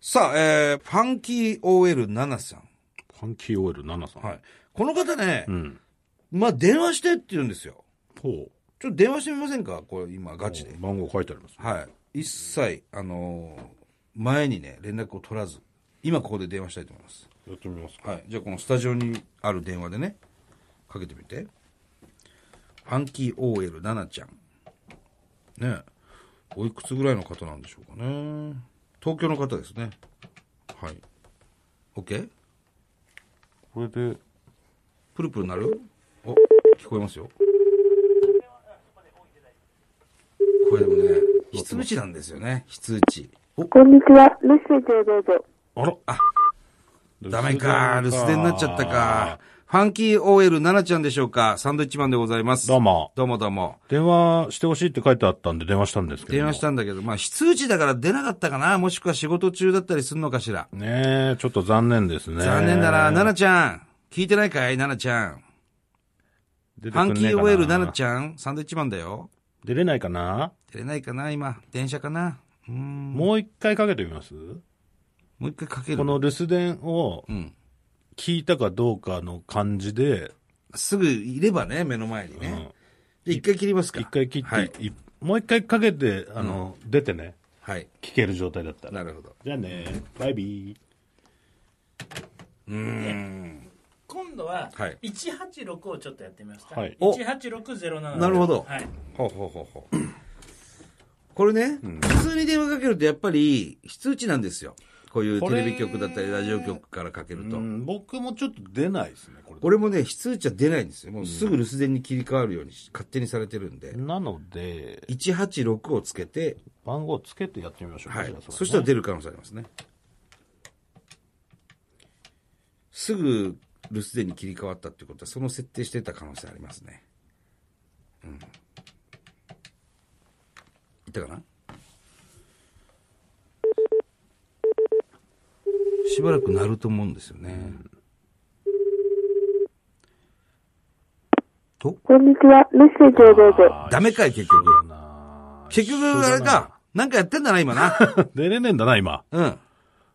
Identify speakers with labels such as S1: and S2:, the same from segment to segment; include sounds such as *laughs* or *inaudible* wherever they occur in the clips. S1: さあ、えー、ファンキー OL7 さん。
S2: ファンキー OL7 さん。
S1: はい。この方ね
S2: う、ん。
S1: まあ、電話してって言うんですよ。
S2: ほう。
S1: ちょっと電話してみませんかこれ今、ガチで。
S2: 番号書いてありますね。
S1: はい。一切、あのー前にね、連絡を取らず、今ここで電話したいと思います。
S2: やってみますか。
S1: はい。じゃあ、このスタジオにある電話でね、かけてみて。ファンキー OL7 ちゃん。ねえおいくつぐらいの方なんでしょうかね。東京の方ですね。はい。OK?
S2: これで、
S1: プルプルなるお、聞こえますよ。これでもね、非通知なんですよね。非通知。お、
S3: こんにちは。メッセージをどうぞ。
S2: あら
S1: あダメか。留守電になっちゃったか。。ファンキー OL7 ちゃんでしょうかサンドイッチマンでございます。
S2: どう。も。
S1: どうもどうも。
S2: 電話してほしいって書いてあったんで電話したんですけど。
S1: 電話したんだけど、まあ、非通知だから出なかったかなもしくは仕事中だったりするのかしら。
S2: ねえ、ちょっと残念ですね。
S1: 残念だな。ナナちゃん。聞いてないかいナナちゃん。
S2: 出て
S1: フ
S2: くん
S1: ァ
S2: ね
S1: ン
S2: え
S1: キ
S2: かな
S1: ー OL7 ちゃん、サンドイッチマンだよ。
S2: 出れないかな
S1: 出れないかな今。電車かなうーん。も
S2: もう一回かけてみます
S1: う一回かける。
S2: この留守電を
S1: うん。
S2: 聞いたかどうかの感じで、
S1: すぐいればね、目の前に
S2: うん
S1: ね。で一回切りますか。
S2: 一回切って、
S1: はい。
S2: いもう一回かけて、あの、出てね、
S1: はい。
S2: 聞ける状態だったら。
S1: なるほど。
S2: じゃあね、バイビー。
S1: うーん。
S4: 今度は
S1: はい
S4: 186をちょっとやってみますか、
S2: はい
S1: お
S4: 186077
S1: なるほど
S4: はい、
S1: ほうほうほうほう。これね、普通に電話かけるとやっぱり非通知なんですよ。こういうテレビ局だったりラジオ局からかけると。
S2: うん僕もちょっと出ないですね、これ。
S1: 俺もね、非通知は出ないんですよ。もうすぐ留守電に切り替わるようにし勝手にされてるんで、
S2: なので、
S1: 186をつけて、
S2: 番号つけてやってみましょうか。
S1: はい
S2: じゃあ。れね
S1: そしたら出る可能性ありますね。すぐ留守電に切り替わったってことは、その設定してた可能性ありますね。うん。いったかなしばらく鳴ると思うんですよね。と
S3: こんにちは。メッセージをどうぞ。
S1: ダメかい、結局。
S2: なあ
S1: 結局、あれか。なんかやってんだな、今な。
S2: 出れねえんだな、今。
S1: うん。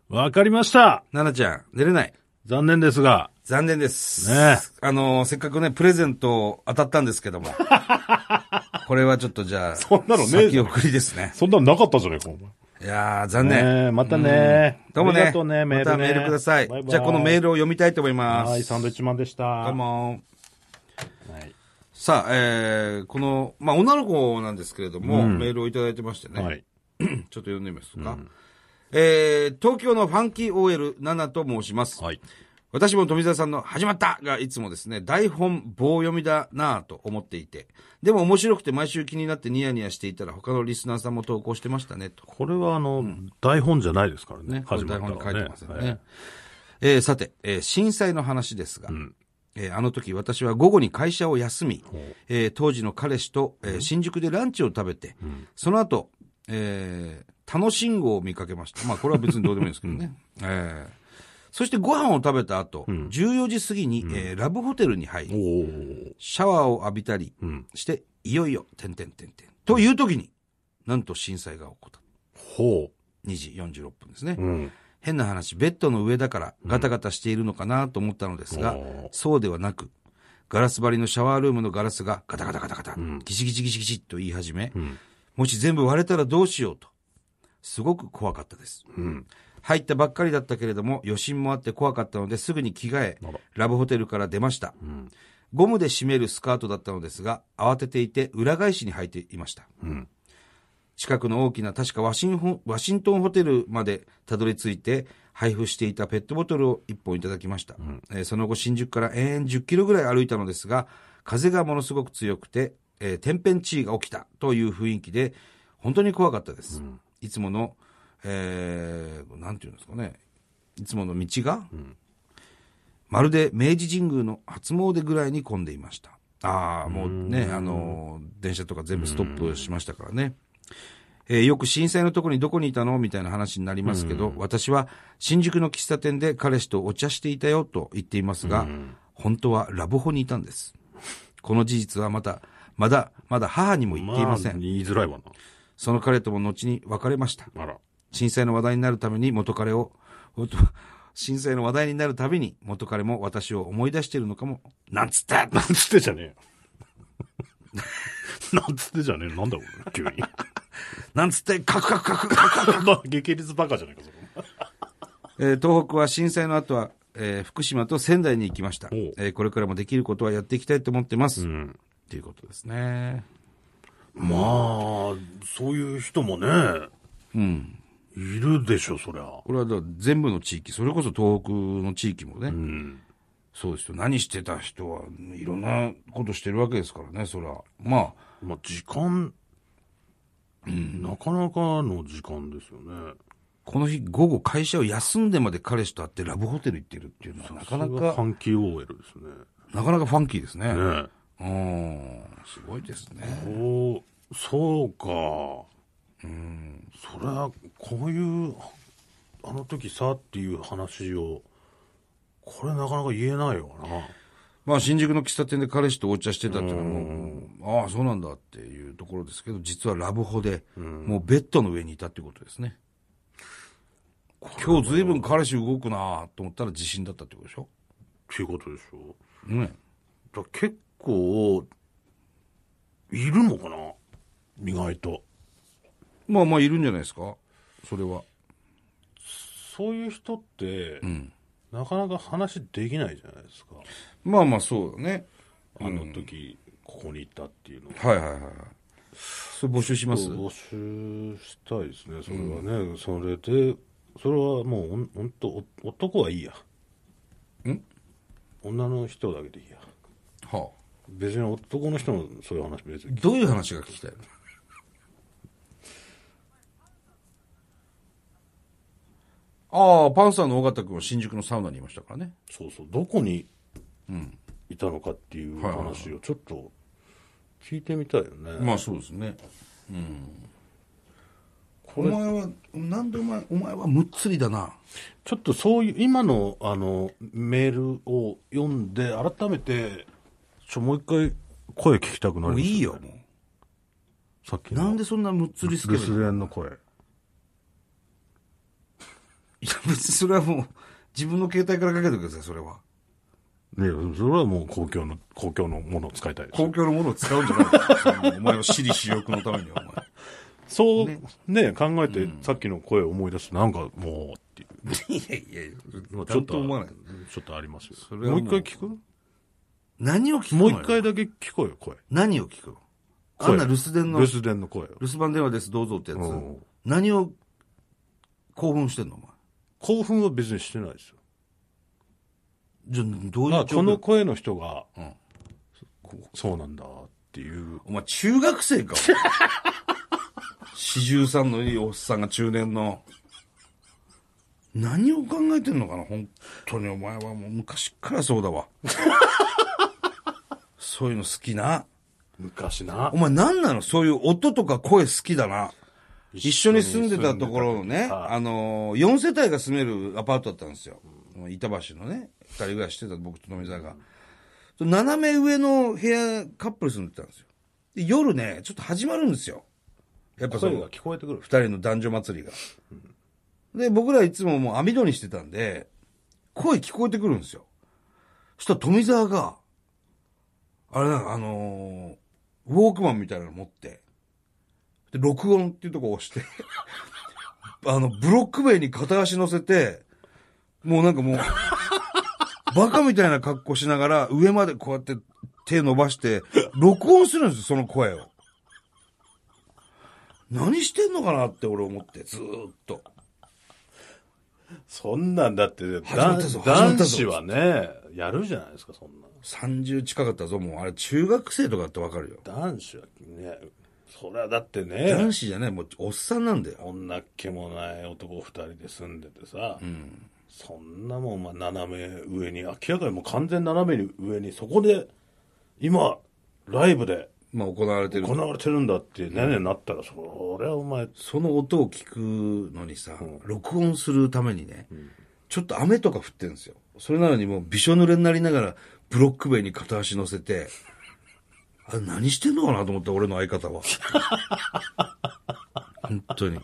S2: わかりました。
S1: 奈々ちゃん、寝れない。
S2: 残念ですが。
S1: 残念です。
S2: ねえ
S1: あのー、せっかくね、プレゼント当たったんですけど
S2: *laughs*
S1: も。これはちょっとじゃあ、
S2: そんなのねえじゃん
S1: 先送りですね。
S2: そんなのなかったじゃねえか、お前。
S1: いやー、残念。
S2: ねえ、またね。
S1: どうもね。
S2: ありがとうね、メール、ね。
S1: またメールください。じゃあ、このメー
S2: ル。
S1: ルを読みたいと思います。
S2: はい、サンドイッチマンでした。
S1: どうも。
S2: はい。
S1: さあ、えー、この、まあ、女の子なんですけれども、
S2: うん
S1: メールをいただいてましてね。
S2: はい。
S1: ちょっと読んでみますか。えー、東京のファンキー OL7 と申します。
S2: はい。
S1: 私も富澤さんの始まったがいつもですね、台本棒読みだなぁと思っていて、でも面白くて毎週気になってニヤニヤしていたら他のリスナーさんも投稿してましたね、と。
S2: これはあの、台本じゃないですからね。
S1: ね、これ台本に書い
S2: ら
S1: てますよね。
S2: はい
S1: えーさて、えー震災の話ですが、えーあの時私は午後に会社を休み、えー当時の彼氏と、えー新宿でランチを食べて、その後、えー、楽しんごを見かけました。まあこれは別にどうでもいいんですけどね。えーそしてご飯を食べた後、14時過ぎに、えーラブホテルに入
S2: お
S1: り、
S2: ー
S1: シャワーを浴びたり
S2: うん。
S1: して、いよいよ、てんてんてんてん。という時に、なんと震災が起こった。
S2: ほ
S1: 2時46分ですね。
S2: う。うん。
S1: 変な話、ベッドの上だからガタガタしているのかなと思ったのですが、
S2: おー
S1: そうではなく、ガラス張りのシャワールームのガラスがガタガタガタガタ、ギシギシギシギシと言い始め、
S2: ん
S1: もし全部割れたらどうしようと、すごく怖かったです。
S2: うん。
S1: 入ったばっかりだったけれども、余震もあって怖かったのですぐに着替え
S2: あら、
S1: ラブホテルから出ました。
S2: うん。
S1: ゴムで締めるスカートだったのですが、慌てていて裏返しに履いていました。
S2: うん。
S1: 近くの大きな確かワシンホワシントンホテルまでたどり着いて配布していたペットボトルを1本いただきました、えーその後新宿から延々10キロぐらい歩いたのですが風がものすごく強くて、えー天変地異が起きたという雰囲気で本当に怖かったです、いつもの、えー、なんていうんですかねいつもの道が、まるで明治神宮の初詣ぐらいに混んでいましたああもうねあのー電車とか全部ストップしましたからね、えーよく震災のとこにどこにいたのみたいな話になりますけど、私は新宿の喫茶店で彼氏とお茶していたよと言っていますが、本当はラブホにいたんです。この事実はまた、まだ、まだ母にも言っていません。
S2: 言いづらいわ
S1: その彼とも後に別れました。
S2: な。あら。
S1: 震災の話題になるために元彼を、 *laughs* おっと震災の話題になるたびに元彼も私を思い出しているのかも。なんつった
S2: なんつってじゃねえよ。 *laughs* なんつってじゃねえよなんだこれ、急に。 *laughs*
S1: なんつってカクカクカクカク *laughs*
S2: まあ、激烈バカじゃねえか、それ。
S1: えー東北は震災の後は、えー福島と仙台に行きました、
S2: おう
S1: えーこれからもできることはやっていきたいと思ってます、
S2: ん
S1: っていうことですね
S2: まあ、そういう人もね、
S1: うん
S2: いるでしょ、そりゃ。
S1: これはだから全部の地域それこそ東北の地域もね、
S2: うん。
S1: そうですよ何してた人はいろんなことしてるわけですからねそれはまあ
S2: まあ、時間、なかなかの時間ですよね。
S1: この日午後会社を休んでまで彼氏と会ってラブホテル行ってるっていうのはなかな
S2: それがファ
S1: か
S2: ンキー OL ですね。
S1: なかなかファンキーですね
S2: ね
S1: うんすごいですね
S2: え。おそうか。うん。そりゃ、こういう、あの時さっていう話を、これなかなか言えないよな。
S1: まあ、新宿の喫茶店で彼氏とお茶してたっていうのはもうもう、ああ、そうなんだっていうところですけど、実はラブホで、もうベッドの上にいたってことですね。今日ずいぶん彼氏動くなと思ったら地震だったってことでしょ
S2: っていうことでしょ。
S1: ね。
S2: だから結構、いるのかな意外と。
S1: まあまあ、いるんじゃないですかそれは。
S2: そういう人って、
S1: ん
S2: なかなか話できないじゃないですか。
S1: まあまあ、そうだね。
S2: あの時、ここにいたっていうのを。
S1: はいはいはいはい。それ募集します
S2: 募集したいですね、それはね。それで、それはもうほん、ほんと、お男はいいや。
S1: ん
S2: 女の人だけでいいや。
S1: はあ。
S2: 別に男の人のそういう話別に。
S1: どういう話が聞きたいのああ、パンサーの尾形君は新宿のサウナにいましたからね。
S2: そうそう、どこにいたのかっていう
S1: はいはいはい
S2: 話をちょっと聞いてみたいよね。
S1: まあそうですね。うん。お前は、なんでお前、お前はむっつりだな。
S2: ちょっとそういう、今の、あの、メールを読んで、改めて、ちょ、もう一回、声聞きたく
S1: も
S2: なりま
S1: う
S2: したね
S1: いいよ、も
S2: さっき
S1: う。
S2: の。
S1: なんでそんなむっつりすける
S2: 留守
S1: のい
S2: 電の声。
S1: や、別にそれはもう、自分の携帯からかけてください、それは。
S2: ねそれはもう公共の、公共のものを使いたいです
S1: 公
S2: よ。
S1: 共のものを使うんじゃないそのお前は私利私欲のために、お前。
S2: そう、ね考えて、さっきの声を思い出すと、なんかもう、っていう。
S1: いやいやい
S2: まあ
S1: や、ちょっと思わない。
S2: ちょっとありますよ。
S1: それは
S2: も
S1: も
S2: う
S1: う
S2: 一回聞く
S1: 何を聞くの
S2: もう
S1: よ
S2: 一回だけ聞こえよ、声。
S1: 何を聞くのあ
S2: 声
S1: んな留守電の、
S2: 留
S1: 留
S2: 守電の声を。
S1: 守番電話です、どうぞってやつ
S2: うん。
S1: 何を興奮してんの、お前。
S2: 興奮は別にしてないですよ。
S1: じゃあ、どうい
S2: あ
S1: う状況
S2: この声の人が、
S1: うん
S2: こそうなんだっていう。
S1: お前中学生か *laughs* 四十三のいいおっさんが中年の。何を考えてんのかな本当にお前はもう昔っからそうだわ。 *laughs* そういうの好きな。
S2: 昔な
S1: お。前何なのそういう音とか声好きだな。一緒に住んでたところのね、あ
S2: あ
S1: のー、4世帯が住めるアパートだったんですよ。板橋のね、二人暮らししてた僕と富澤が。斜め上の部屋、カップル住んでたんですよ。で夜ね、ちょっと始まるんですよ。やっぱそ
S2: 声
S1: の
S2: が、聞こえてくる
S1: 二。人の男女祭りが。で、僕らいつももう網戸にしてたんで、声聞こえてくるんですよ。そしたら富澤が、あれなんかあのーウォークマンみたいなの持って、で、録音っていうとこ押して、 *laughs* あの、ブロック塀に片足乗せて、もうなんかもう、バカみたいな格好しながら、上までこうやって手伸ばして、録音するんですよ、その声を。何してんのかなって俺思って、ずーっと。
S2: そんなんだって、
S1: 始まったぞ始
S2: 男
S1: まったぞ
S2: 男子はね、やるじゃないですか、そんな。
S1: 30近かったぞ、もう。あれ、中学生とかだってわかるよ。
S2: 男子はね、そりゃだってね
S1: 男、子じゃない、もう、おっさんなんだよ。
S2: 女っ気もない男二人で住んでてさ、そんなもん、まあ、斜め上に、明らかにもう完全斜めに上に、そこで、今、ライブで
S1: まあ、行われてる
S2: 行。われてるんだってね、なったら、そりゃお前、
S1: その音を聞くのにさ、録音するためにね、ちょっと雨とか降ってるんですよ。それなのにもう、びしょ濡れになりながら、ブロック塀に片足乗せて、 *laughs* あれ、 *laughs* 何してんのかなと思った、俺の相方は。本当に。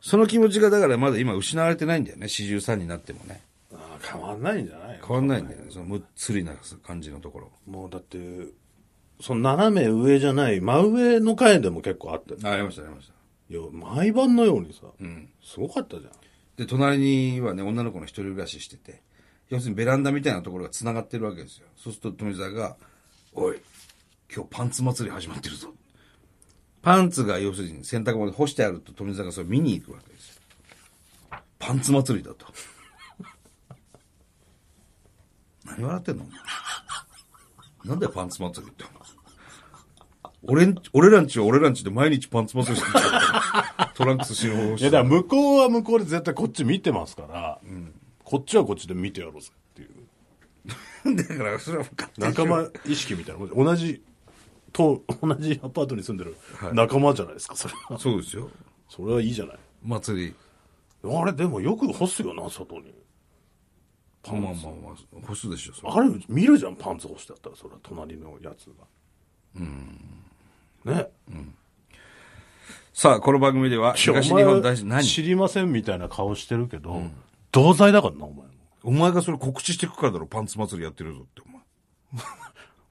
S1: その気持ちがだからまだ今失われてないんだよね、43になってもね。
S2: あー変わんないんじゃない
S1: 変わんないんだよね、そのむっつりな感じのところ。
S2: もうだって、その斜め上じゃない、真上の階でも結構あったよ
S1: あ、ありました、ありました。
S2: いや、毎晩のようにさ、
S1: うん。
S2: すごかったじゃん。
S1: で、隣にはね、女の子の一人暮らししてて、要するにベランダみたいなところが繋がってるわけですよ。そうすると富澤が、おい、今日パンツ祭り始まってるぞ。パンツが要するに洗濯物で干してあると富澤がそれ見に行くわけですよ。パンツ祭りだと。 *laughs* 何笑ってんのお前なんだよパンツ祭りって。俺ん、俺らんちは俺らんちで毎日パンツ祭りしてるからトランクス死ぬ方法
S2: いや、だから向こうは向こうで絶対こっち見てますから、こっちはこっちで見てやろうぜっていう。
S1: だから、それは分かってる
S2: 仲間意識みたいなもんで同じ、と、同じアパートに住んでる仲間じゃないですか、それは。
S1: そうですよ。
S2: それはいいじゃない。
S1: 祭り。
S2: あれ、でもよく干すよな、外に。
S1: まあまあまあ、干すでしょ、それ
S2: あれ、見るじゃん、パンツ干してあったら、それは隣のやつが。うん。ね。
S1: さあ、この番組ではい
S2: や
S1: 東日本大
S2: お
S1: 震
S2: 前は
S1: 何
S2: 知りませんみたいな顔してるけど、同罪だからな、お前も。
S1: お前がそれ告知してくからだろ、パンツ祭りやってるぞって、お前。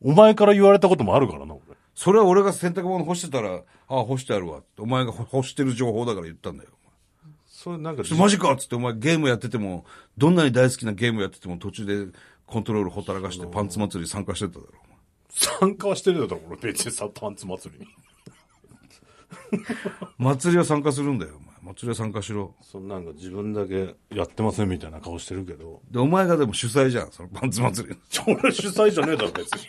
S2: お前から言われたこともあるからな、俺。
S1: それは俺が洗濯物干してたら、ああ、干してあるわって。お前が干干してる情報だから言ったんだよ。お前
S2: それなんか、
S1: ちょマジかっつって、お前ゲームやってても、どんなに大好きなゲームやってても途中でコントロールほったらかしてパンツ祭り参加してただろ。お前
S2: 参加はしてるだろ、俺、別にさ、パンツ祭りに。
S1: 祭りは参加するんだよ、お前。祭りは参加しろ。
S2: そのなんか自分だけやってませんみたいな顔してるけど、
S1: で、お前がでも主催じゃん、そのパンツ祭りの。
S2: ちょ俺主催じゃねえだろ、別に。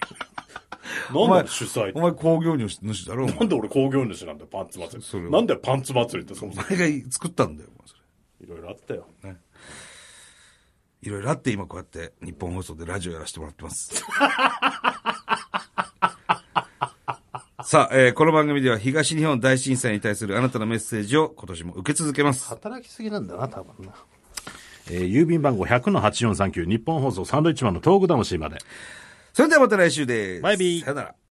S1: お
S2: なん
S1: 前
S2: で主催
S1: お前工業主だろ、お前
S2: なんで俺工業主なんだよ、パンツ祭
S1: それ
S2: り。
S1: は
S2: なんでパンツ祭りってそもそも。
S1: お前が作ったんだよ、お前それ。
S2: いろいろあったよ。
S1: いろいろあって今こうやって日本放送でラジオやらせてもらってます。
S2: *laughs*
S1: さあ、えーこの番組では東日本大震災に対するあなたのメッセージを今年も受け続けます。
S2: 働きすぎなんだな、多分な。えー郵便番号100-8439、日本放送サンドイッチマンの東北魂まで。
S1: それではまた来週です。
S2: バイビー
S1: さよなら。